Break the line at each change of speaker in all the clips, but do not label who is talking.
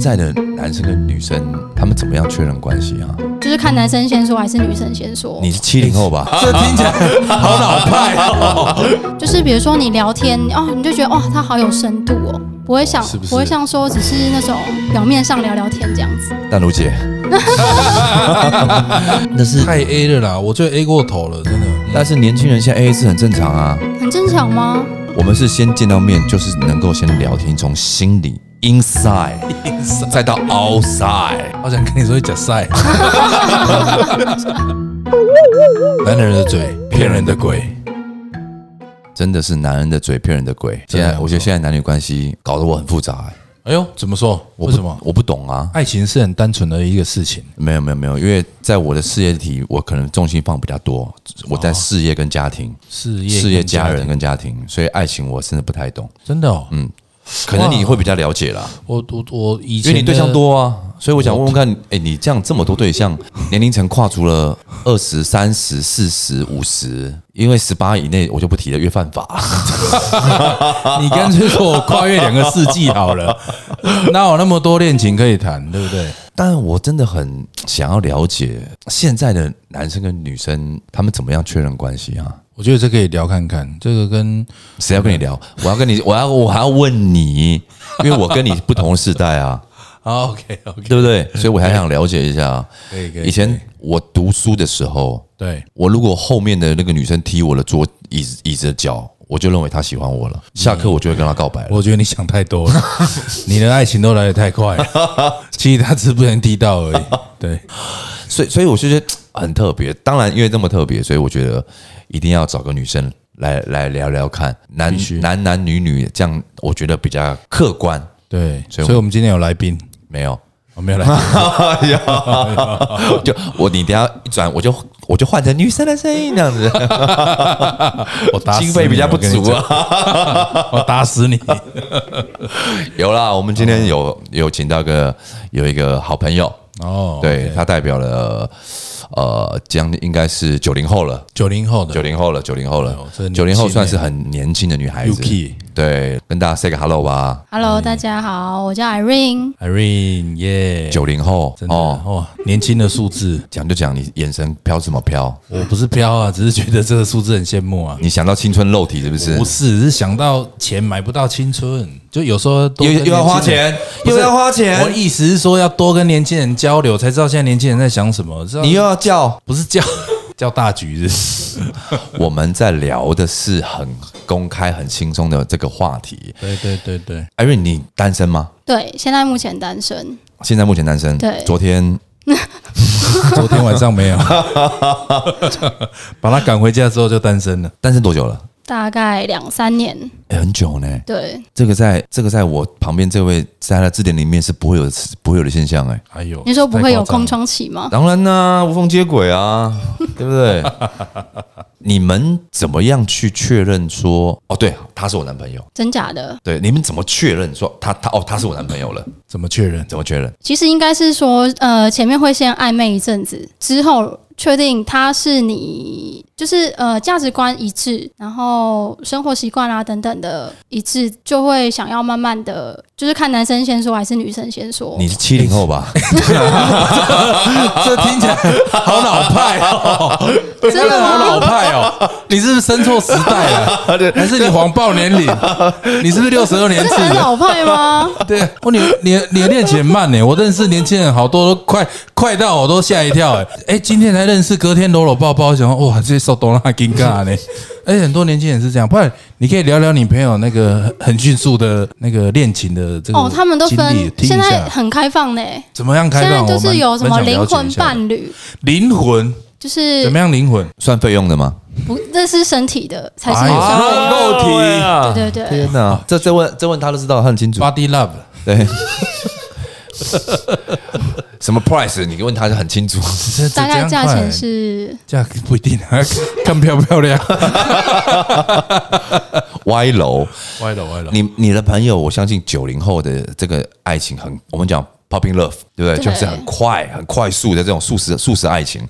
在的男生跟女生他们怎么样确认关系啊？
就是看男生先说还是女生先说。
你是七零后吧？
这听起来好老派哦。
就是比如说你聊天哦，你就觉得哇，他好有深度哦，不会像
是不是
会像说只是那种表面上聊聊天这样子。
淡如姐，
那是
太 A 了啦，我觉得 A 过头了，真的。
但是年轻人现在 A A 制很正常啊。
很正常吗？
我们是先见到面，就是能够先聊天，从心里 inside，再到 outside。
好想跟你说假 赛。男人的嘴， 骗人的鬼。
真的是男人的嘴骗人的鬼。现
真的
在我觉得现在男女关系搞得我很复杂、欸，
哎呦，怎么说？
我
为什么
不？我不懂啊。
爱情是很单纯的一个事情。
没有没有没有，因为在我的事业体，我可能重心放比较多，我在事业跟家庭、
哦事业、
事业、家人，跟家庭，所以爱情我真的不太懂。
真的哦。嗯，
可能你会比较了解啦，
我我我以
因
前
为你对象
的，
多啊，所以我想问问看，哎，你这样这么多对 象，年龄层跨出了二十三、十、四十、五十，因为十八以内我就不提了，越犯法。
你干脆说我跨越两个世纪好了。 哪有那么多恋情可以谈，对不对？
但我真的很想要了解现在的男生跟女生他们怎么样确认关系啊？
我觉得这可以聊看看，这个跟
谁要跟你聊？我要跟你，我要我还要问你，因为我跟你不同世代啊，
好 OK OK，
对不对？ 所以我还想了解一下。啊
可以可以
以前我读书的时候，
对，
我如果后面的那个女生踢我的桌椅子椅子的脚，我就认为她喜欢我了。下课我就会跟她告白了。
嗯我觉得你想太 多了，你的爱情都来得太快 了，其实他只是不能踢到而已。对，
所以，所以我就觉得嗯很特别。当然，因为这么特别，所以我觉得一定要找个女生来来聊聊看，男男男女女这样，我觉得比较客观。
对，
所以我
所以我们今天有来宾，
没有，
我没有来宾，
哎呀，就我你等一下一转，我就我就换成女生的声音这样 子，
我打死你
经费比较不足啊，
我跟你讲我打 死你。
有啦，我们今天有有请到个有一个好朋友，
哦，
对他代表了呃，将应该是九零后了。
九零后的
九零后了，九零后了
呦哦这，年轻
九零后算是
欸
很年轻的女孩子
Yuki。
对，跟大家 say 个 hello 吧。
Hello，大家好，我叫 Irene。
Irene 耶，
九零后
哎真的
哦，
哦，年轻的数字，
讲就讲，你眼神飘什么 飘？
我不是飘啊，只是觉得这个数字很羡慕啊。
你想到青春肉体是不是
不？是，是想到钱买不到青春，就有时候多
又
跟
又要花
年轻人
钱，
不是
又要花
我
钱，
意思是说，要多跟年轻人交流，才知道现在年轻人在想什么。知道
你又要叫。
不是叫 叫大局是不是？
我们在聊的是很公开、很轻松的这个话题。
对对对对，
艾瑞，你单身吗？
对，现在目前单身。
现在目前单身。
对
昨天
昨天晚上没有，把他赶回家之后就单身了。
单身多久了？
大概两三年，
诶哎很久呢。
对，
这个在这个在我旁边这位，在他的字典里面是不会有不会有的现象哎。
哎呦，
你说不会有
太夸张
空
了？
窗期吗？
当然啦、无缝接轨啊， 对不对？你们怎么样去确认说，哦，对，他是我男朋友。
真假的？
对，你们怎么确认说他他哦他是我男朋友了？
怎么确认？
怎么确认？
其实应该是说，呃，前面会先暧昧一阵子，之后确定他是你，就是呃价值观一致，然后生活习惯啊等等的一致，就会想要慢慢的，就是看男生先说还是女生先说。
你是七零后 吧？
这听 起来好老派哦，
真的
好
吗？
老派哦！你是不是生错时代 了？还是你谎报年龄？你是不是六十二年
真的
次
很
的？
老派吗？
对，啊我哦你你你的恋情很慢呢、我认识年轻人好多都快快到我都吓一跳哎、哎、今天才认识，隔天搂搂抱抱，想说哇这手都那尴尬呢。而且很多年轻人是这样，不然你可以聊聊你朋友那个很很迅速的那个恋情的这个
哦，他们都
经历
分，
听
现
一
在
下
很开放呢、
怎么样开
现在
放，
就
我
是
蛮
有什么
蛮想
灵
了解
魂
一下的
伴侣，
灵魂
就是
怎么样灵魂
算费用的吗？
不，这是身体的才是
哎呦
有身体
啊肉体啊
体。
对对对
天，哪，这这问这问他都知道，他很清楚。
body love
对，什么 price？你问他就很清楚。
这
大概价钱。
这样快
是
价格不一定啊， 看漂不漂亮。
歪楼，
歪了歪了，
你你的朋友，我相信九零后的这个爱情很，我们讲 popping love，对不对？
对
嗯就是很快、很快速的这种速食速食爱情，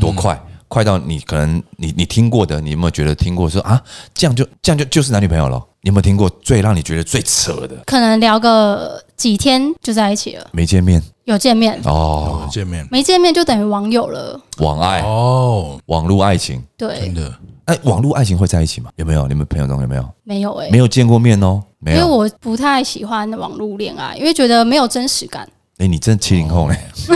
多快？快到你可能你你听过的，你有没有觉得听过说啊，这样就这样就就是男女朋友了？你有没有听过最让你觉得最扯的？
可能聊个几天就在一起了，
没见面
有见面，
哦，
见面
没见面就等于网友了。
网爱、
哦，
网络爱情，
对
真，的
哎，网络爱情会在一起吗？有没有？你们朋友中有没有？
没有哎、
没有见过面哦，没
因为
有。
我不太喜欢网络恋爱，因为觉得没有真实感。
哎，你真七零后嘞，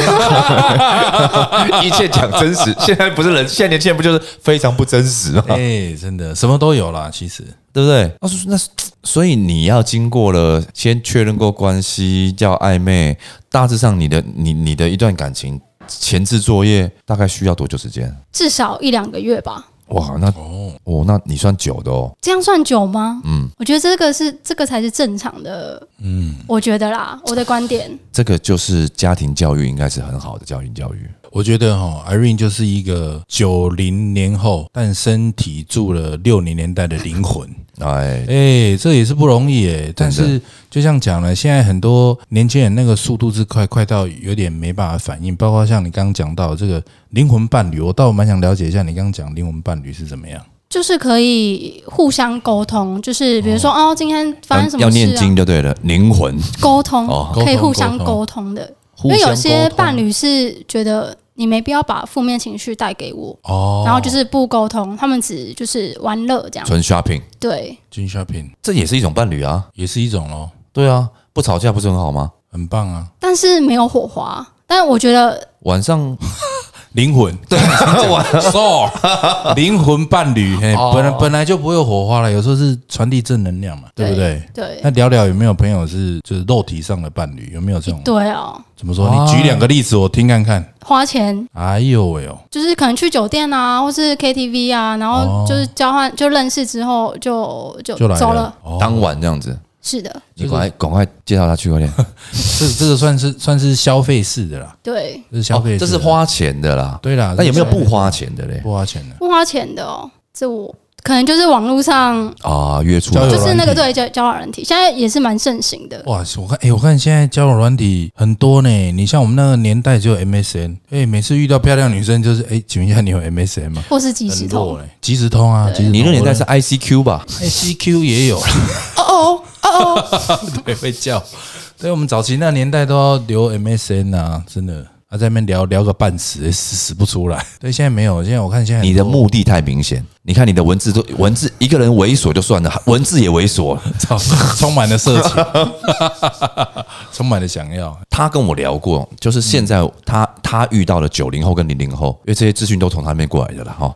一切讲真 实。现在不是人，现在年轻人不就是非常不真实吗？
哎，真的什么都有啦，其实
对不对？那、啊、那所以你要经过了先确认过关系，叫暧昧，大致上你的你你的一段感情前置作业大概需要多久时间？
至少一两个月吧，
哇，那
哦，
哦，那你算久的哦。
这样算久吗？嗯，我觉得这个是这个才是正常的，嗯，我觉得啦，我的观点，
这个就是家庭教育，应该是很好的家庭教育。
我觉得哈、i r e n e 就是一个九零年后，但身体住了六零年代的灵魂。
哎，
哎、这也是不容易哎、但是就像讲了，现在很多年轻人那个速度之快，快到有点没办法反应。包括像你刚刚讲到这个灵魂伴侣，我倒蛮想了解一下你刚刚讲灵魂伴侣是怎么样。
就是可以互相沟通，就是比如说哦，今天发生什
要
么
念
事
经
啊，
就对了，灵魂
沟通
哦
可以互
沟
相
通
沟通的，因
因
为有些伴侣是觉得你没必要把负面情绪带给我，
哦，
然后就是不沟通，他们只就是玩乐这样，
纯 shopping，
对，
金 shopping
这也是一种伴侣啊。
也是一种咯，
对啊，不吵架不是很好吗？
很棒啊，
但是没有火花。但我觉得
晚上
哦灵魂 对 soul 灵魂伴侣，嘿，
哦
本来本来就不会有火花了，有时候是传递正能量嘛，对不对？
对
那聊聊有没有朋友是就是肉体上的伴侣，有没有这种？
对哦，
怎么说？
哇
你举两个例子我听看
哦
看。
花钱
哎呦喂哦，
就是可能去酒店啊，或是 KTV 啊，然后就是交换、就认识之后就就
就来
走
了。哦，
当晚这样子，
是的，
你赶快赶快介绍他去，快 点。
这这个算是算是消费式的啦，
对，
这是消费
哦
式
这
的，
是花钱的啦。
对啦。
那有没有
啊这是消
不
费
花钱的嘞？
不花钱的？
不花钱的哦，这我可能就是网络上
啊，约出
交友
来
软
就
体
是那个对交交友软体，现在也是蛮盛行的。
哇，我看哎、我看现在交友软体很多呢。你像我们那个年代只有 MSN，哎、每次遇到漂亮女生就是哎、请问一下你有 MSN 吗？
或是即时
很
通
弱欸嘞，即时通啊，即时通
你那年代是 ICQ 吧？
ICQ 也有啦，
哦哦哦哦，
对，会叫。对我们早期那年代都要留 MSN 啊，真的。啊，在那边聊聊个半死，哎死死不出来。对，现在没有，现哎在我看现在很
你的
多
目的太明显，你看你的文字都文字，一个人猥琐就算了，文字也猥琐。
操， 充满了色情， 充满了想要。
他跟我聊过，就是现
嗯
在他他遇到了九零后跟零零后，因为这些资讯都从他那边过来的啦哈。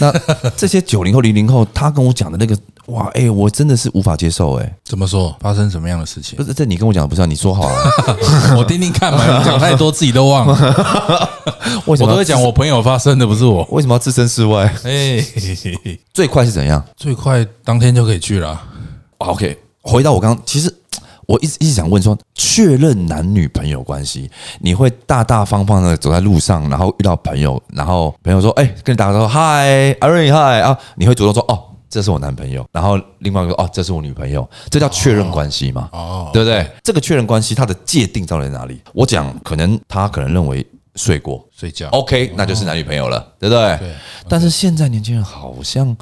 那这些九零后、零零后，他跟我讲的那个，哇，哎、我真的是无法接受、哎，
怎么说？发生什么样的事情
不？是这你跟我讲的不是、啊，你说好了，
我听听看嘛，讲太多自己都忘了。
为什
我
么
都会讲我朋友发生的，不是 我。
为什么要置身事外？
哎，嘿嘿嘿
最快是怎样？
最快当天就可以去了。
啊 OK，回到我刚，其实我一直一直想问说，确认男女朋友关系，你会大大方方的走在路上，然后遇到朋友，然后朋友说，哎、跟你打个招呼，嗨，阿瑞，嗨啊，你会主动说，哦，这是我男朋友，然后另外一个说，哦，这是我女朋友，这叫确认关系嘛？
哦，
对不对？这个确认关系它的界定到底在哪里？我讲，可能他可能认为睡过
睡觉
，OK，那就是男女朋友了，对不对？
对
但是现在年轻人好像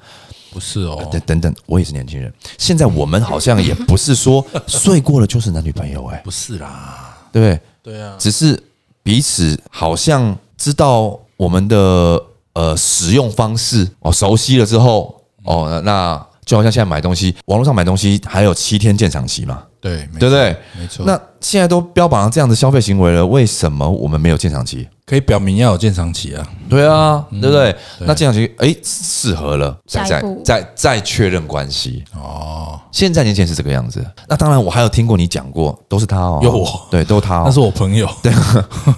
不是哦
等，等等，我也是年轻人。现在我们好像也不是 说睡过了就是男女朋友、哎，
不是啦。
对不对？
对啊，
只是彼此好像知道我们的呃使用方式哦，熟悉了之后哦，那那就好像现在买东西，网络上买东西还有七天鉴赏期嘛，
对，没
对不
错
对？
没错。
那现在都标榜了这样的消费行为了，为什么我们没有鉴赏期？
可以表明要有鉴赏期啊。
对啊，对不对？那鉴赏期哎适合了，再
下
再
一步
再再确认关系，
哦，
现在年轻人是这个样子。那当然，我还有听过你讲过，都是他哦，
有我
对，都是他
那
哦
是，我朋友。
对，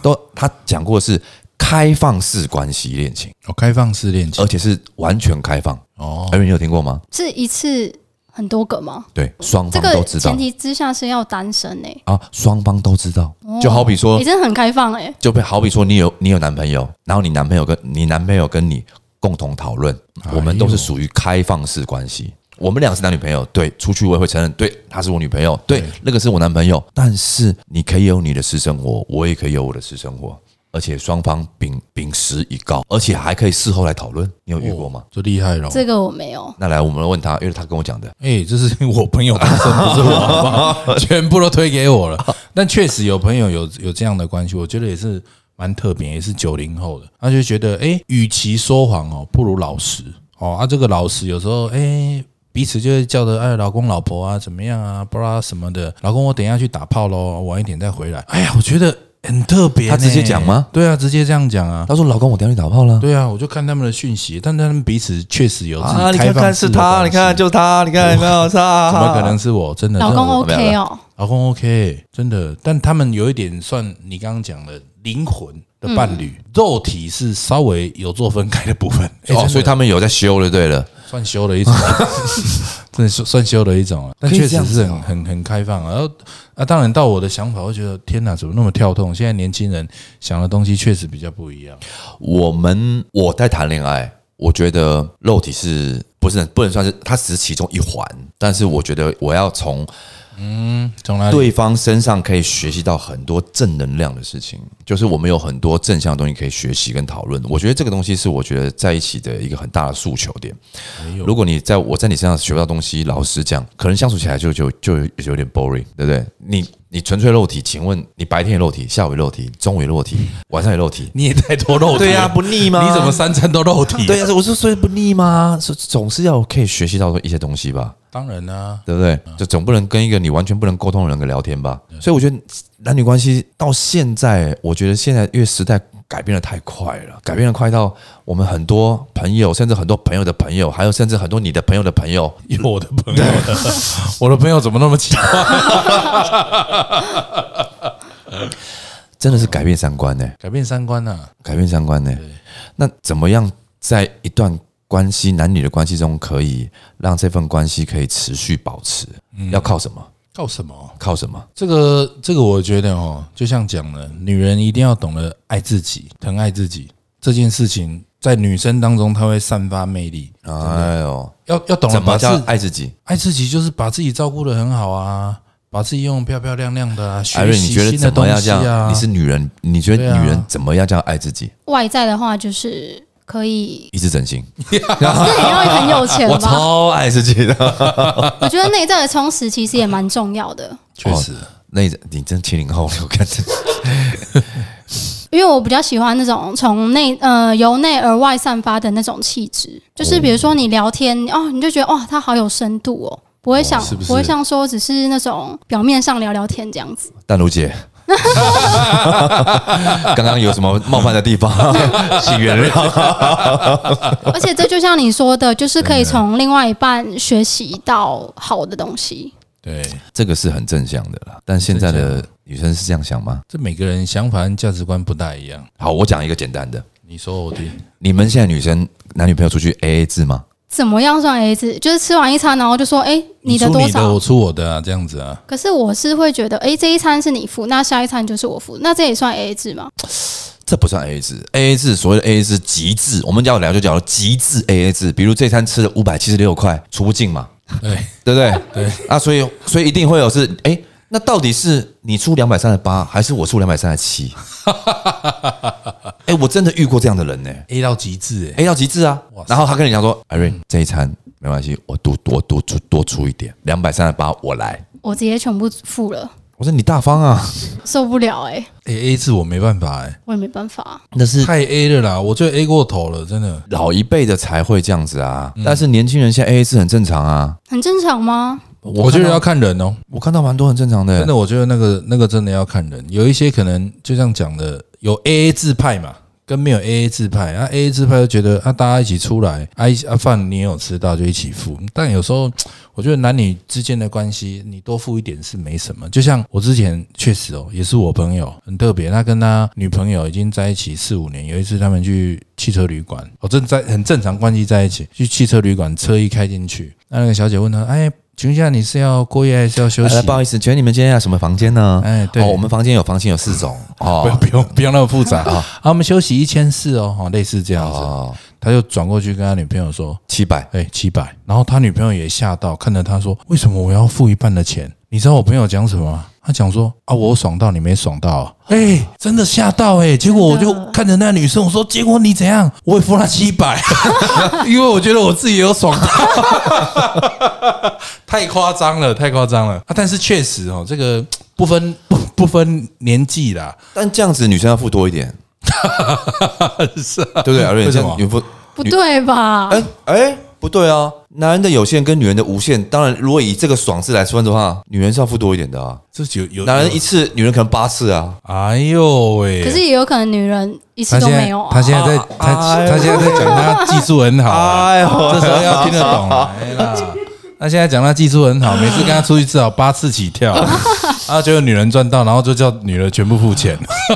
都他讲过是开放式关系恋情，
哦，开放式恋情
而。且是完全开放。
哦，
艾瑞，你有听过吗？
是一次很多个吗？
对，双
这
方
个
都知道
前提之下是要单身呢、
啊，双方都知道。
哦
就好比说
你，真的很开放哎、
就被好比说，你有你有男朋友，然后你男朋友跟你男朋友跟你共同讨论，
哎
我们都是属于开放式关系。我们俩是男女朋友，对，出去我也会承认，对，她是我女朋友，对，那个是我男朋友。但是你可以有你的私生活，我也可以有我的私生活。而且双方秉秉持以告，而且还可以事后来讨论。你有遇过吗？
就哦厉害了。
这个我没有。
那来，我们问他，因为他跟我讲的，
哎、这是我朋友 发生，不是我好不好，全部都推给我了。 但确实有朋友有有这样的关系，我觉得也是蛮特别，也是九零后的，他就觉得，哎、与其说谎哦，不如老实哦。啊，这个老实有时候，哎、彼此就会叫着，哎，老公、老婆啊，怎么样啊，不啦什么的。老公，我等一下去打炮喽，晚一点再回来。哎呀，我觉得很特别呢。
他直接讲吗
对啊，直接这样讲啊。
他说：“老公，我等下去打炮了。
对啊，我就看他们的讯息，但他们彼此确实有”自己
啊，你
开
看
放
看
式
是
的
他，
关
你看
系哦
就他，你看有没有啊他？
怎么可能是我？真的，
老公
真的我
OK 哦，
老公 OK，真的，但他们有一点算你刚刚讲的灵魂的伴侣，
嗯
肉体是稍微有做分开的部分，诶真
哦，
的
所以他们有在修了，对了。
算修了 一种，真的是算修了一种了，啊但
可以
确
这样
实
子
是
哦
很很很开放啊。然后啊，当然到我的想法，我觉得天哪，怎么那么跳动？现在年轻人想的东西确实比较不一样。
我们我在谈恋爱，我觉得肉体是不是不能算是它只是其中一环，但是我觉得我要从
嗯，从哪里？
对方身上可以学习到很多正能量的事情，就是我们有很多正向的东西可以学习跟讨论。我觉得这个东西是我觉得在一起的一个很大的诉求点。如果你在我在你身上学不到东西，老实讲，可能相处起来就就就有点 boring，对不对？你你纯粹肉体，请问你白天也肉体，下午也肉体，中午也肉体，晚上也肉体，
你也太多肉体了，
对啊呀不腻吗
你怎么三餐都肉体？
对，呀、我是说不腻吗？是总是要可以学习到一些东西吧，
当然啊啦、
对不对？就总不能跟一个你完全不能沟通的人聊天吧。所以我觉得男女关系到现在，我觉得现在因为时代改变的太快了，改变的快到我们很多朋友，甚至很多朋友的朋友，还有甚至很多你的朋友的朋友，
有我的朋友 的，我的朋友怎么那么奇怪？
真的是改变三观呢、
改变三观呐、啊
改变三观呢、那怎么样在一段关系男女的关系中，可以让这份关系可以持续保持？要靠什么？
靠什么？
靠什么？
这个这个，我觉得哦，就像讲了，女人一定要懂得爱自己、疼爱自己这件事情，在女生当中，她会散发魅力。
哎呦！
要要懂得
怎么
把自
叫爱自己？
爱自己，就是把自己照顾的很好啊，把自己用得漂漂亮亮的啊，
艾
学
瑞，你
习
觉得
新的
怎
东
么样
西
这
啊。
样？你是女人，你觉得
对啊
女人怎么样这样爱自己？
外在的话就是可 以，
一直整形，
这也要很有钱
我
吧？
超爱自己的。
我觉得内在的充实其实也蛮重要的，
确实，
哦那一阵你真七零后，我看这
因为我比较喜欢那种从内呃由内而外散发的那种气质，就是比如说你聊天哦，你就觉得哇、他好有深度哦。不会像
是不是
会像说只是那种表面上聊聊天这样子，
淡如姐。 刚刚有什么冒犯的地方， 请原谅。
而且这就像你说的，就是可以从另外一半学习到好的东西。
对，
这个是很正向的啦，但现在
正
的女生是这样想吗？
这每个人想法和价值观不大一样。
好，我讲一个简单的，
你说我听，
你们现在女生男女朋友出去 A A 制吗？
怎么样算 A 制？就是吃完一餐，然后就说，哎、的
出
多
你的，
少
我？出我的啊，这样子啊。
可是我是会觉得，哎、这一餐是你付，那下一餐就是我付，那这也算 A 制吗？
这不算 AA 制，AA 制所谓的 AA 制极致，我们要聊就讲极致 AA 制，比如这餐吃了五百七十六块，除不尽嘛，
对，
对不对？对啊，所以所以一定会有是，哎，那到底是你出两百三十八，还是我出两百三十七？哎，我真的遇过这样的人呢、
A 到极致哎、
哎，到极致啊！然后他跟你讲说，艾瑞，这一餐没关系，我多多多出多出一点，两百三十八我来。
我直接全部付了，
我说你大方啊，
受不了哎、
欸、A A 制我没办法哎、
我也没办法。
那是
太 A 了啦，我就 A 过头了，真的。
老一辈的才会这样子啊，但是年轻人现在 AA 制很正常啊。
很正常吗？
我
我觉
看
得
到
要看人哦，
我看到蛮多很正常的，
真的，我觉得那个那个真的要看人，有一些可能就像讲的，有 A A 制派嘛，跟没有 A A 制派，啊 A A 制派就觉得啊大家一起出来，啊一起啊饭你也有吃到就一起付，但有时候我觉得男女之间的关系，你多付一点是没什么。就像我之前确实哦，也是我朋友很特别，他跟他女朋友已经在一起四五年，有一次他们去汽车旅馆，哦正在很正常关系在一起，去汽车旅馆车一开进去，那那个小姐问他，哎。请问一下，你是要过夜还是要休
哎
息？
不好意思，请问你们今天要什么房间呢？
哎对
哦，我们房间有房型有四种
不
哦
不用不用那么复杂 啊。好，我们休息一千四哦，好，类似这样子。
哦，
他就转过去跟他女朋友说
七百，
哎，七百。然后他女朋友也吓到，看着他说：“为什么我要付一半的钱？”你知道我朋友讲什么吗？他讲说啊，我爽到你没爽到、啊，哎、真的吓到哎、结果我就看着那女生，我说，结果你怎样？我也付她七百， 因为我觉得我自己有爽到， 太夸张了，太夸张了啊！但是确实哦，这个不分不不分年纪啦，
但这样子女生要付多一点，
是啊，
对不对？而且
为什么
你付，
不对吧？
哎哎，不对啊，男人的有限跟女人的无限，当然如果以这个爽字来算的话，女人是要付多一点的啊。
这有有
男人一，次，女人可能八次啊。
哎呦喂！
可是也有可能女人一次
他
都
现
没
在
有啊
他。现在在他
哎呦
他现在在讲他技术很好啊，
哎呦
这时候要听得懂啊。哎呀他现在讲他技术很好，每次跟他出去至少八次 起跳，啊，就有女人赚到，然后就叫女的全部付 钱，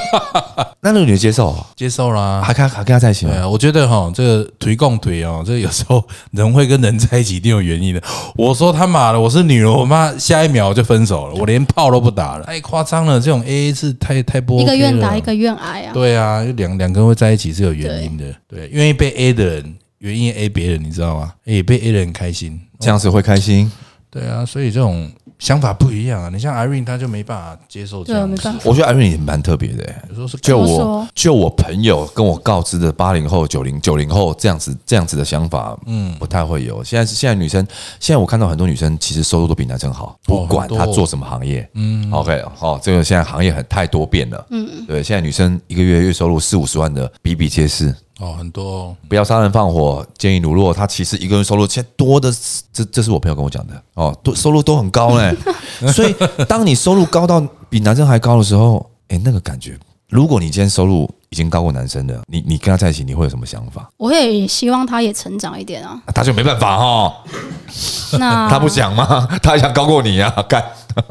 那那个女的接受 啊，
接受啦。
还跟还跟他在一起
对
吗？
啊，我觉得哈，这个腿共腿哦，这有时候人会跟人在一起一定有原因的。我说他妈的，我是女人，我妈下一秒就分手了，我连炮都不打了，太夸张了，这种 A A 制太太不、OK
一
了、
个愿打一个愿挨啊。
对啊，两两个人会在一起是有原因的。对，愿意被 A 的人，愿意 A 别人，你知道吗？也被 A 的人开心。
这样子会开心。
对啊，所以这种想法不一样啊。你像 Irene，她就没办法接受这
对，啊
样
没
子。
办法。
我觉得艾瑞也蛮特别的、欸，
有时候是
就
怎么
我
说
就我朋友跟我告知的八零后、九零九零后这样子这样子的想法，嗯，不太会有。现在现在女生，现在我看到很多女生其实收入都比男生好，不管
很多
她做什么行业，嗯，OK，哦，这个现在行业很太多变了，嗯，对，现在女生一个月月收入四五十万的比比皆是。
哦，很多哦
不要杀人放火，奸淫掳掠，她其实一个人收入现在多的是，这这是我朋友跟我讲的哦，都收入都很高 嘞、所以当你收入高到比男生还高的时候，哎，那个感觉，如果你今天收入已经高过男生了，你你跟他在一起，你会有什么想法？
我也希望他也成长一点啊。
啊他就没办法哦，
那
他不想吗？他想高过你啊，干。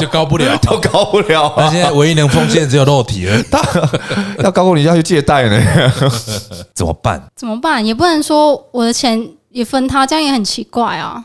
就高不了
都高不了
她
啊，
现在唯一能奉献只有肉体了。
要高过你就要去借贷呢， 怎么办？
怎么办？也不能说我的钱也分他，这样也很奇怪啊。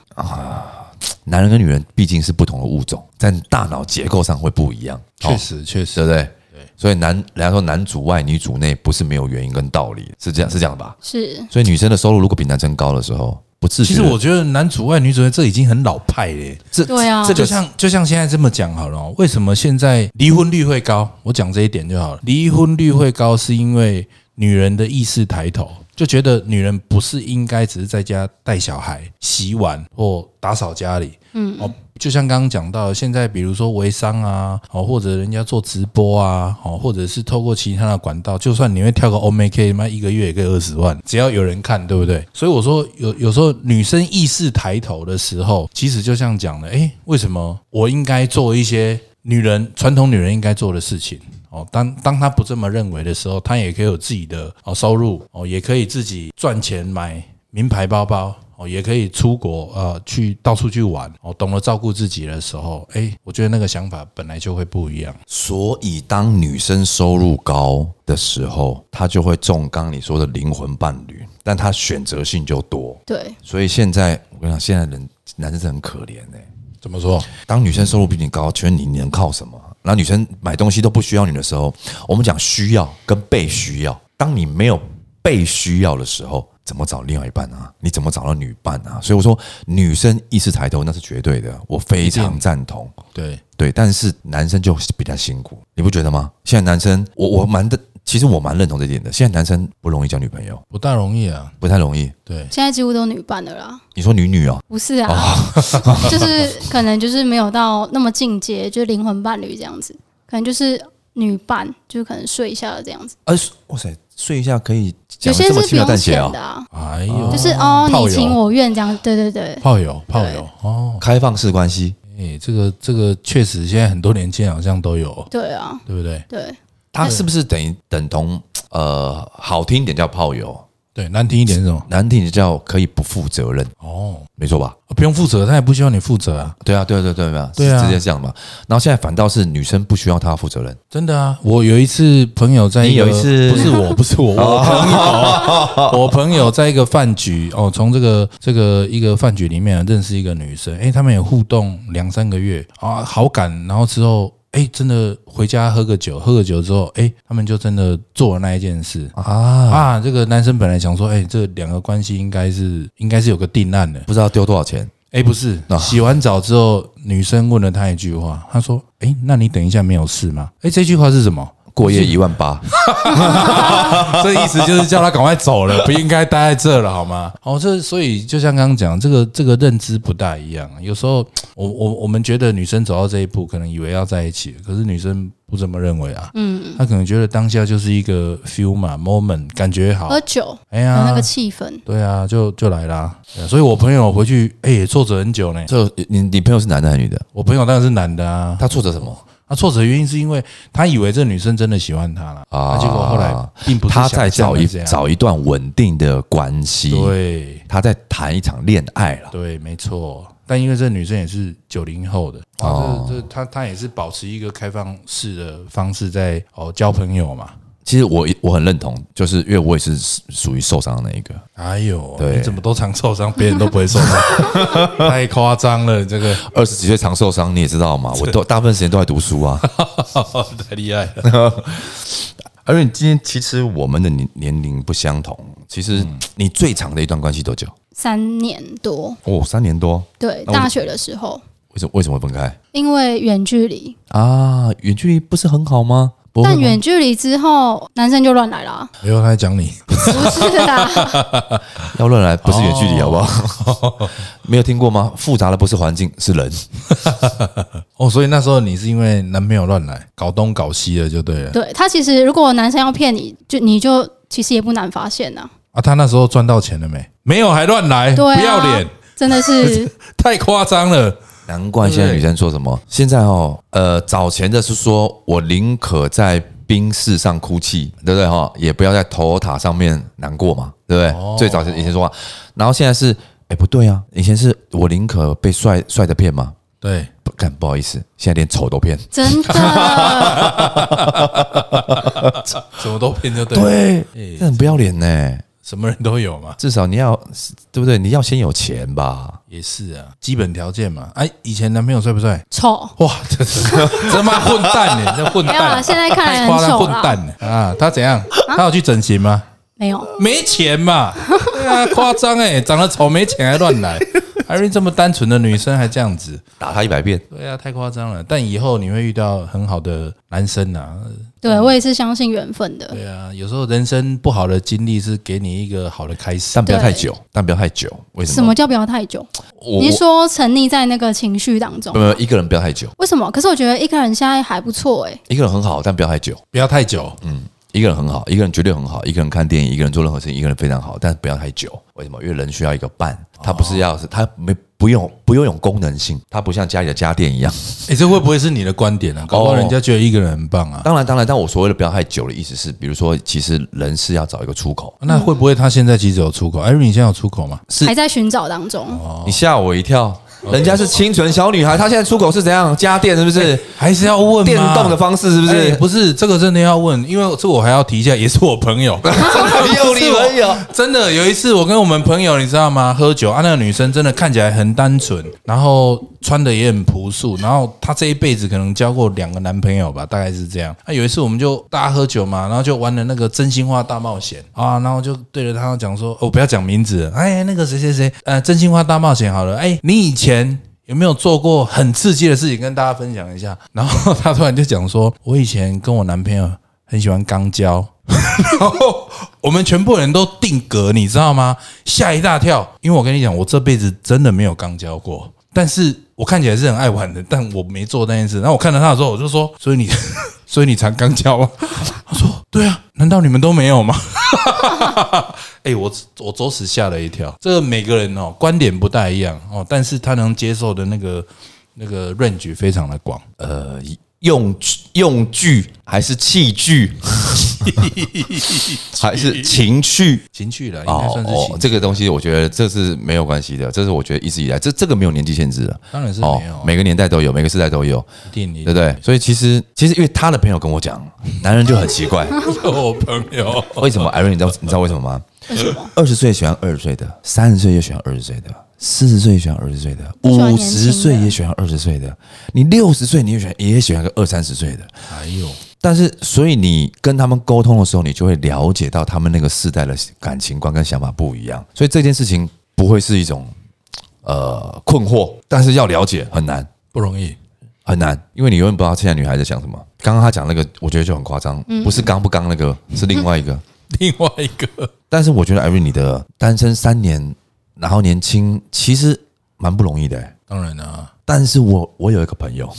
男人跟女人毕竟是不同的物种，在大脑结构上会不一样，哦
确实，确实
对不对？对，所以男人家说男主外女主内不是没有原因跟道理，是这样是这样吧？
是
所以女生的收入如果比男生高的时候，不自觉
其
地。
实我觉得男主外女主内这已经很老派嘞。
这
对啊
这
就
个
像就像现在这么讲好了哦、为什么现在离婚率会高？我讲这一点就好了。离婚率会高是因为女人的意识抬头，就觉得女人不是应该只是在家带小孩、洗碗或打扫家里，嗯，哦。就像刚刚讲到的，现在比如说微商啊，哦，或者人家做直播啊，哦，或者是透过其他的管道，就算你会跳个 O M K，妈一个月也可以二十万，只要有人看，对不对？所以我说有有时候女生意识抬头的时候，其实就像讲的，诶，为什么我应该做一些女人传统女人应该做的事情？哦，当当她不这么认为的时候，她也可以有自己的哦收入哦，也可以自己赚钱买名牌包包哦，也可以出国呃去到处去玩哦，懂得照顾自己的时候，哎，我觉得那个想法本来就会不一样。
所以当女生收入高的时候，她就会中刚刚你说的灵魂伴侣，但她选择性就多。
对，
所以现在我跟你讲，现在人男生是很可怜哎、
怎么说？
当女生收入比你高，请问你能靠什么？然后女生买东西都不需要你的时候，我们讲需要跟被需要。当你没有被需要的时候，怎么找另外一半啊？你怎么找到女伴啊？所以我说，女生意识抬头那是绝对的，我非常赞同。
对，
对，但是男生就比较辛苦，你不觉得吗？现在男生，我我蛮的，其实我蛮认同这点的。现在男生不容易交女朋友，
不大容易啊。
不太容易。
对，
现在几乎都女伴的啦。
你说女女哦，
不是啊， 就是可能就是没有到那么进阶，就是灵魂伴侣这样子，可能就是女伴，就可能睡一下了这样子。
呃，哇塞，睡一下可以讲
有
得
些
这么
是不
轻描
用
淡写
钱
哦
的，啊，
哎呦，
就是哦，你
炮友
情我愿这样。对对对，
炮友，炮友哦，
开放式关系。
哎，这个这个确实现在很多年轻人好像都有，
对啊，
对不对？
对，
他是不是等于等同呃，好听一点叫炮友，
对，难听一点是什么？
难听一点叫可以不负责任，
哦，
没错吧？
不用负责，他也不需要你负责啊，
对啊，对啊对啊对啊对啊，
对啊
是直接这样嘛。然后现在反倒是女生不需要他负责任，
真的啊。我有一次朋友在
你
一
有
个
一次哦
不是 我，不是我，我朋友，我 朋友在一个饭局哦，从这个这个一个饭局里面认识一个女生，诶，他们也互动两三个月啊，好感，然后之后。诶，真的回家喝个酒，喝个酒之后，诶，他们就真的做了那一件事
啊
啊。这个男生本来想说，诶，这两个关系应该是应该是有个定案的，
不知道丢多少钱，
哎，不是，
啊
洗完澡之后，女生问了他一句话，他说：“哎，那你等一下没有事吗？”哎，这句话是什么？
过夜一万 八，
这意思就是叫他赶快走了，不应该待在这了，好吗？哦，这所以就像刚刚讲，这个这个认知不大一样。有时候我我我们觉得女生走到这一步，可能以为要在一起，可是女生不这么认为啊。嗯，她可能觉得当下就是一个 feel 嘛，moment 感觉好
喝，酒
哎
有哦那
呀
个，气氛，
对啊，就就来啦。对啊所以我朋友回去，哎，也挫折很久呢。
这你你朋友是男的还是女的？
我朋友当然是男的啊，
他挫折什么？
他挫折的原因是因为他以为这女生真的喜欢他了
啊
啊，结果后来并不是
他在
想
找
象
一
的这样
找一段稳定的关系，
对。
他在谈一场恋爱了。
对，没错。但因为这女生也是九零后的，
哦
哦，这这她她也是保持一个开放式的方式在哦交朋友嘛。
其实我我很认同，就是因为我也是属于受伤的那一个。
哎呦，
对
你怎么都常受伤，别人都不会受 伤，太夸张了，这个
二十几岁常受伤，你也知道嘛，我都大部分时间都在读书啊。
哦太厉害了。
而且今天其实我们的年年龄不相同，其实你最长的一段关系多久？
三年多，
哦，三年多。
对，
那我
大学的时候，
为什么为什么会分开
因为远距离，
啊？远距离不是很好吗？不会
但
吗
远距离之后，男生就乱来了，
没有，他在讲你，
不是啊啦，
要乱来不是远距离好不好？ 没有听过吗？复杂的不是环境，是人。
哦，所以那时候你是因为男朋友乱来，搞东搞西的就对了
对他其实如果男生要骗你，就你就其实也不难发现呐、
啊。他那时候赚到钱了没？没有，还乱来，
对、啊，
不要脸，，
真的 是
太夸张了。
难怪现在女生说什么？现在哦，呃，早前的是说我宁可在冰室上哭泣，对不对哈、也不要在头塔上面难过嘛，对不对？最早前以前说话，然后现在是，哎，不对啊，以前是我宁可被帅帅的骗嘛，
对，
不干不好意思，现在连丑都骗。
真的。
什么都骗就对了，
对，这哎很不要脸呢、
什么人都有嘛。
至少你要对不对？你要先有钱吧。
也是啊，基本条件嘛。哎，以前男朋友帅不帅？
丑，
哇，这 这这妈混蛋呢、这混
没有啦，
蛋，
现在看来
太夸
很
张，
丑
混
啦。
蛋呢、啊！他怎样？他有去整形吗？
没有，
没钱嘛，对啊，夸张哎，长得丑没钱还乱来，还是这么单纯的女生还这样子，
打他一百遍，
对啊，太夸张了。但以后你会遇到很好的男生呐、啊，
对我也是相信缘分的。
对啊，有时候人生不好的经历是给你一个好的开始
但。不要
对
太久，但不要太久。为什
什
么
么？叫不要太久？
我
你是说沉溺在那个情绪当中
我没？有一个人不要太久，
为什么？可是我觉得一个人现在还不错哎、
一个人很好，但不要太久。
不要太久，
嗯一个人很好，一个人绝对很好，一个人看电影，一个人做任何事情，一个人非常好，但不要太久。为什么？因为人需要一个伴，他不是要他没不用不拥有功能性，他不像家里的家电一样。
哎、这会不会是你的观点啊？
哦
搞不好人家觉得一个人很棒啊。
当然，当然，但我所谓的不要太久的意思是，比如说，其实人是要找一个出口。
那会不会他现在其实有出口？艾瑞，你现在有出口吗？
是
还在寻找当中。
哦
你吓我一跳，人家是清纯小女孩，她现在出口是怎样？家电是不是？
还是要哎问吗
电动的方式是不
哎
是？
不是这个真的要问，因为这我还要提一下，也是我朋友，
又你朋友，
真的有一次我跟我们朋友，你知道吗？喝酒啊，那个女生真的看起来很单纯，然后穿的也很朴素，然后她这一辈子可能交过两个男朋友吧，大概是这样。那、有一次我们就大家喝酒嘛，然后就玩了那个真心话大冒险啊，然后就对着她讲说，哦，不要讲名字了，哎，那个谁谁谁，呃，真心话大冒险好了，哎，你以前。有没有做过很刺激的事情跟大家分享一下？然后她突然就讲说：“我以前跟我男朋友 很喜欢肛交，然后我们全部人都定格，你知道吗？吓一大跳，因为我跟你讲，我这辈子真的没有刚交过，但是我看起来是很爱玩的，但我没做那件事。然后我看到他的时候，我就说，所以你， 所以你常刚交啊？他说，对啊，难道你们都没有吗？ 哎、我我着实吓了一跳。这个每个人哦观点不大一样哦，但是他能接受的那个那个 range 非常的广。
呃，用用具还是器具， 还是情趣？
情趣了，应该
哦
算是情趣、
哦，这个东西我觉得这是没有关系的，这是我觉得一直以来这这个没有年纪限制的，哦
当然是没有啊
每个年代都有，每个时代都有，
一定你
对不对？所以其实其实因为他的朋友跟我讲，男人就很奇怪，
我朋友。
为什么？艾瑞，你知道你知道为什么吗？
为什么？
二十岁喜欢二十岁的，三十岁也喜欢二十岁的，四十岁也喜欢二十岁的，
喜欢
五
年轻
十
的
岁也喜欢二十岁的，你六十岁你也喜欢也喜欢个二三十岁的，
哎呦。
但是，所以你跟他们沟通的时候，你就会了解到他们那个世代的感情观跟想法不一样，所以这件事情不会是一种呃困惑，但是要了解很难
不容易。
很难，因为你永远不知道现在女孩子想什么。刚刚她讲那个，我觉得就很夸张，
嗯
不是刚不刚那个，是另外一个。
另外一个，
但是我觉得艾瑞你的单身三年，然后年轻，其实蛮不容易的、欸。
当然啊，
但是我我有一个朋友，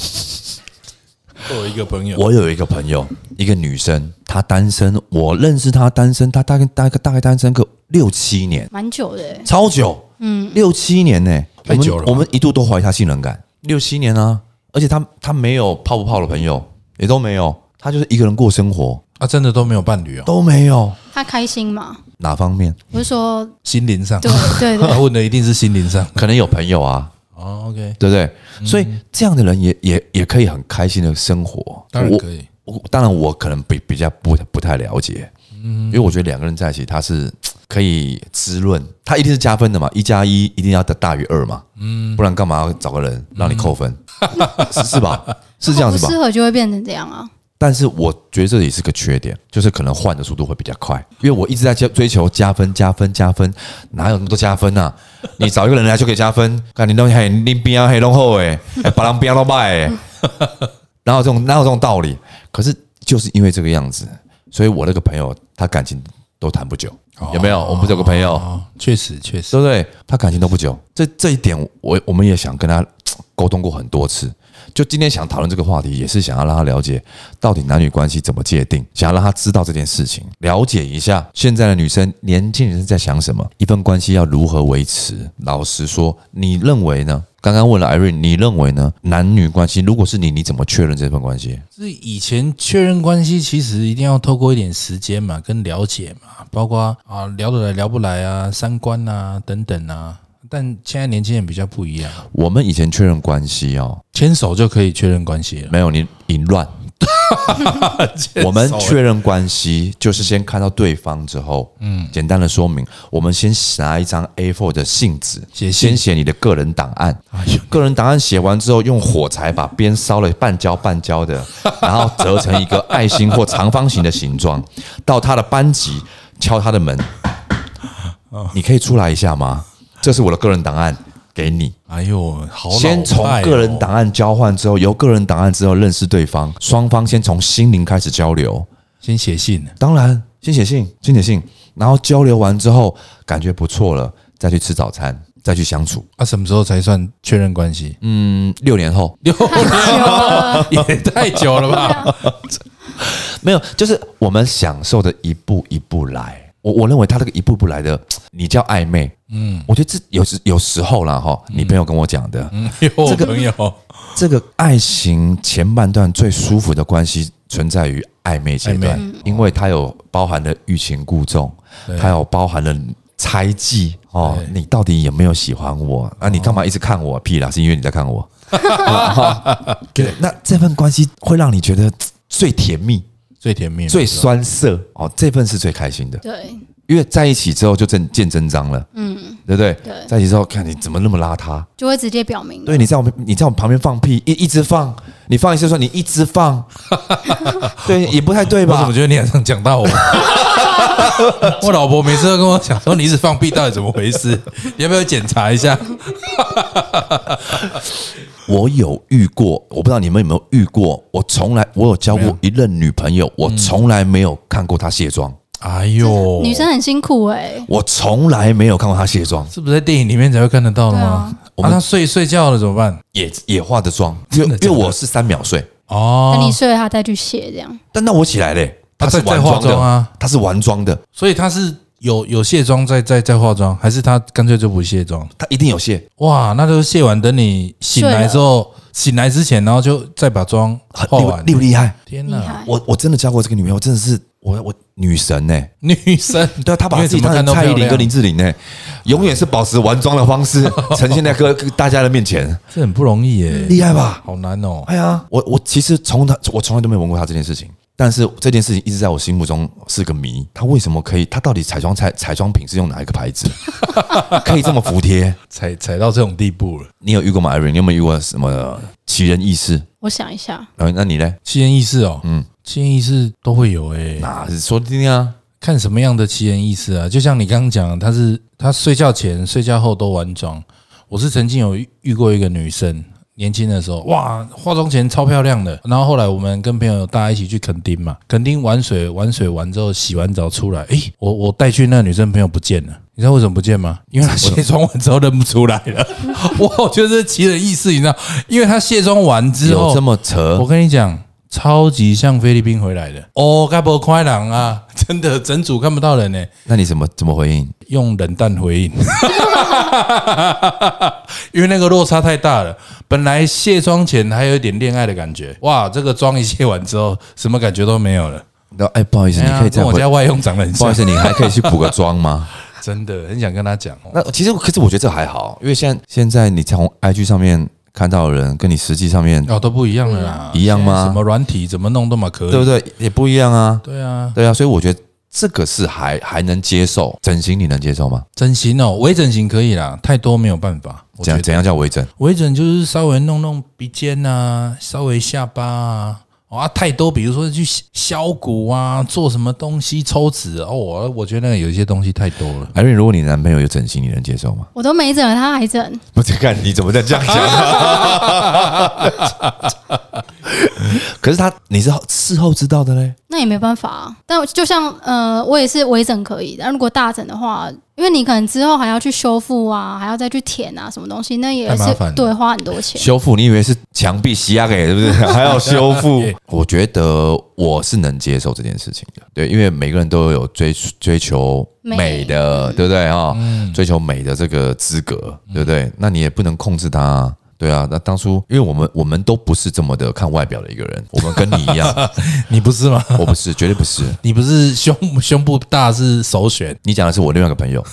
我有一个朋友，
我有一个朋友，一个女生，她单身，我认识她单身，她大概大概大概单身个六七年，
蛮久的、欸，
超久，嗯，六七年呢、我
太
们
久了吧
我们一度都怀疑她性能感，六七年啊，而且她她没有泡不泡的朋友，也都没有，她就是一个人过生活，
啊，真的都没有伴侣哦，
都没有
他开心 嘛？
哪方面，
我是说，
心灵上，
对对对，
他问的一定是心灵上。
可能有朋友啊，
哦，OK，
对不对？所以这样的人也也也可以很开心的生活。
当然
我
可以。
我当然我可能比比较不不太了解，
嗯
因为我觉得两个人在一起，他是嗯可以滋润，他一定是加分的嘛，一加一一定要大于二嘛，
嗯
不然干嘛要找个人让你扣分，是是吧？是这样
不
子吧
适？合就会变成这样啊。
但是我觉得这也是个缺点，就是可能换的速度会比较快，因为我一直在追追求加分、加分、加分，哪有那么多加分呐、啊？ 你找一个人来就可以加分，看你弄嘿，你边啊嘿弄后 哎，哎把人边弄败哎，哪有这种哪有这种道理？可是就是因为这个样子，所以我那个朋友他感情都谈不久，有没有？我们不是有个朋友，
哦，确实确实，
对不对？他感情都不久，这这一点我我们也想跟他沟通过很多次。就今天想讨论这个话题，也是想要让他了解到底男女关系怎么界定，想要让他知道这件事情，了解一下现在的女生、年轻人在想什么，一份关系要如何维持。老实说，你认为呢？刚刚问了 Irene，你认为呢？男女关系如果是你，你怎么确认这份关系？
是以前确认关系，其实一定要透过一点时间嘛，跟了解嘛，包括啊聊得来聊不来啊，三观啊等等啊。但现在年轻人比较不一样，
我们以前确认关系哦，
牵手就可以确认关系了。
没有你淫乱。 我们确认关系就是先看到对方之后，嗯，简单的说明，我们先拿一张 A4 的信纸，
写信哎
先写你的个人档案，个人档案写完之后，用火柴把边烧了半焦半焦 的，然后折成一个爱心或长方形的形状，到他的班级敲他的门，
哦
你可以出来一下吗？这是我的个人档案，给你。
哎呦，好老派哦、
先从个人档案交换之后，由个人档案之后认识对方，双方先从心灵开始交流。
先写信，
当然，先写信，先写信，然后交流完之后感觉不错了，再去吃早餐，再去相处。
啊，什么时候才算确认关系？
嗯，六年后
六
太久了，
也太久 了吧？
没有，就是我们享受的一步一步来。我我认为他这个一步步来的，你叫暧昧，嗯，我觉得这有时有时候啦哈，你朋友跟我讲的，
有哎朋友，
这个爱情前半段最舒服的关系存在于暧昧阶段
暧昧，
因为它有包含了欲擒故纵，它有包含了猜忌哦，你到底有没有喜欢我？啊，你干嘛一直看我？屁啦，是因为你在看 我。对，那这份关系会让你觉得嘖最甜蜜、
最甜蜜，
最酸涩哦，这份是最开心的。
对，
因为在一起之后就真见真章了，嗯，对不对？
对
在一起之后看你怎么那么邋遢，
就会直接表明。
对，你在我们你在我们旁边放屁，一一直放，你放一次说你一直 放，对，也不太对
我怎
吧
么？觉得你好像 讲到我？我老婆每次都跟我讲说你一直放屁，到底怎么回事？ 你要不要检查一下？
我有遇过，我不知道你们有没有遇过，我从来我有嗯交过一任女朋友，我从来没有看过她卸妆，
哎呦，
女生很辛苦哎、
我从来没有看过她卸妆，
是不是在电影里面才会看得到的
对
吗
啊？
我
啊，
们
那睡睡觉了怎么办？
也也化的妆，因为
真的
因为我是三秒睡，
等
哦
你，睡了，他再去写这样。
但那我起来嘞，她
啊
是
在在
完
化
妆的
妆啊，
她是完妆的，
所以她是有有卸妆再再再化妆，还是她干脆就不卸妆？
她一定有卸，
哇，那就是卸完，等你醒来之后，醒来之前，然后就再把妆
很
化
厉
完。
厉不厉害？
天
厉
哪，
害
我我真的交过这个女朋友，真的是我我女神呢、
女生
对啊，他把
因为
自己
怎么
当成
看都
蔡依林
漂亮
跟林志玲呢、永远是保持完妆的方式呈现在各各大家的面前，
这很不容易耶，
厉害吧？
好难哦。
哎呀，我我其实从他我从来都没有问过他这件事情，但是这件事情一直在我心目中是个谜。他为什么可以？他到底彩妆彩彩妆品是用哪一个牌子？ 可以这么服帖？
踩踩到这种地步了。
你有遇过吗？Irene，你有没有遇过什么奇人异事？
我想一下，
呃，那你呢？
七人意识哦，嗯，七人意识都会有诶、
啊，说听听啊。
看什么样的七人意识啊？就像你刚刚讲的，他是他睡觉前、睡觉后都完妆，我是曾经有遇遇过一个女生，年轻的时候，哇，化妆前超漂亮的。然后后来我们跟朋友大家一起去垦丁嘛，垦丁玩水，玩水完之后洗完澡出来，诶，我我带去那个女生朋友不见了。你知道为什么不见吗？因为她卸妆完之后认不出来了。 哇，我觉得这是奇人异事，你知道？因为她卸妆完之后
有这么扯
我？跟你讲，超级像菲律宾回来的哦，该不快狼啊！ 真的，整组看不到人呢、
那你怎么怎么回应？
用冷淡回应， 因为那个落差太大了。本来卸妆前还有一点恋爱的感觉，哇，这个妆一卸完之后，什么感觉都没有了。
那哎，不好意思，
哎
你
呀
可以这
跟
样
我
回
家。外佣长得很
不好
像
意，思，你还可以去补个妆吗？
真的很想跟他讲哦。
那其实，可是我觉得这还好，因为现在现在你从 IG 上面看到的人，跟你实际上面
哦，都不一样了啦，
一样吗
现在什么软体怎么弄都嘛可以，
对不对？也不一样啊，
对啊，
对啊，所以我觉得这个是还还能接受。整形你能接受吗？
整形哦，微整形可以啦，太多没有办法。我
怎
觉
样
得。
怎样叫微整？
微整就是稍微弄弄鼻尖啊，稍微下巴啊，哦啊太多，比如说去削骨啊，做什么东西抽脂哦，我我觉得那个有一些东西太多了。
艾瑞，如果你男朋友有整形，你能接受吗？
我都没整，他还整，
不是，看你怎么在这样 讲。可是他，你是事后知道的嘞。
那也没办法、啊。但就像呃，我也是微整可以，但如果大整的话，因为你可能之后还要去修复啊，还要再去填啊，什么东西，那也
太麻
是
烦了
对花很多钱。
修复，你以为是墙壁吸压给是不是？还要修复？我觉得我是能接受这件事情的，对，因为每个人都有追追求美的，对不对啊、追求美的这个资格，对不对？那你也不能控制它、啊。对啊，那当初因为我们我们都不是这么的看外表的一个人，我们跟你一样，
你不是吗？
我不是，绝对不是。
你不是胸胸部大是首选？
你讲的是我另外一个朋 友，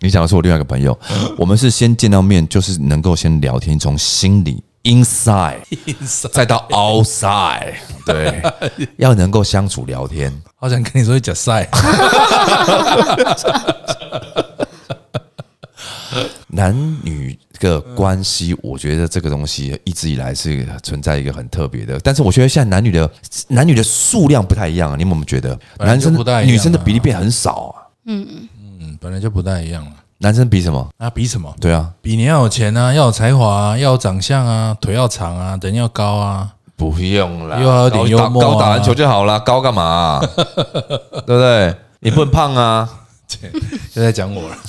你讲的是我另外一个朋友，我们是先见到面，就是能够先聊天，从心里 inside 再到 outside，对， 要能够相处聊天。
好想跟你说假 赛，
男女的关系，我觉得这个东西一直以来是存在一个很特别的，但是我觉得现在男女的男女的数量不太一样啊，你们有没有觉得？
本来
男
就
生
不太一样啊
女生的比例变很少啊，
嗯，本来就不太一样了。
男生比什么？
那、比什么？
对啊，
比你要有钱啊，要有才华啊，要有长相啊，腿要长啊，人要高啊。
不用啦，
又要有点幽默啊
高打高打篮球就好啦，高干嘛啊、对不对？你不能胖啊，
又在讲我了。啊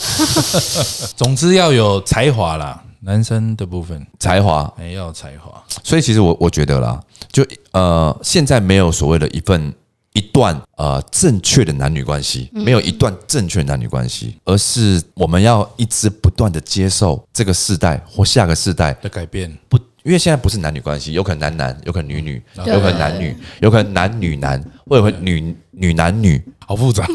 总之要有才华啦，男生的部分
才华。
哎要有才华。
所以其实我我觉得啦，就呃，现在没有所谓的一份一段呃正确的男女关系，没有一段正确的男女关系，而是我们要一直不断的接受这个世代或下个世代
的改变，
不，因为现在不是男女关系，有可能男男，有可能女女，
对
有可能男女，有可能男女男，或者有可能女女男女，
好复 杂。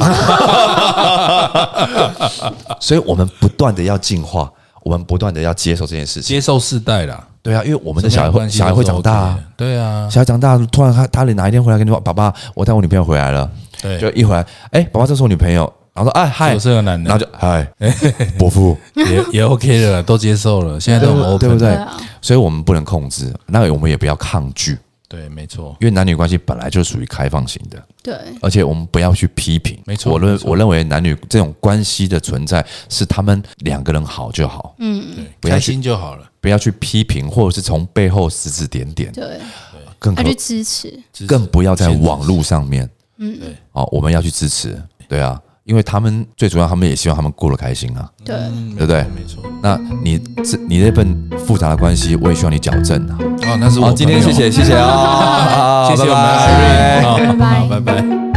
所以我们不断的要进化，我们不断的要接受这件事情。
接受世代啦，
对啊，因为我们的小孩会小孩会长大、啊，，
对啊，
小孩长大，突然他他哪一天回来跟你说，爸爸，我带我女朋友回来了，
对
就一回来，哎，爸爸，这是我女朋友，然后说，哎嗨
有，这个男
然后
的
就嗨， 伯父，
也也 OK 的啦，都接受了，现在
对
都很
不
open，
对不对
啊？
所以我们不能控制，那我们也不要抗拒，
对没错，
因为男女关系本来就属于开放型的，
对，
而且我们不要去批评。
没错
我认
没错
我认为男女这种关系的存在是他们两个人好就好，
嗯，
对，
不要
开
去
心就好了，
不要去批评或者是从背后指指点点，
对，啊
更
要
何
去支持，
支持
更不要在网络上面，
嗯
对，
哦，我们要去支持，对啊，因为他们最主要，他们也希望他们过得开心啊。
对，
嗯，
对不对
没错，没
那你这你那份复杂的关系，我也希望你矫正啊。
错哦，那是我
好，今天
朋
谢
友，
谢谢谢啊，
谢谢我们
拜拜
Irene，哦
拜拜
好拜拜。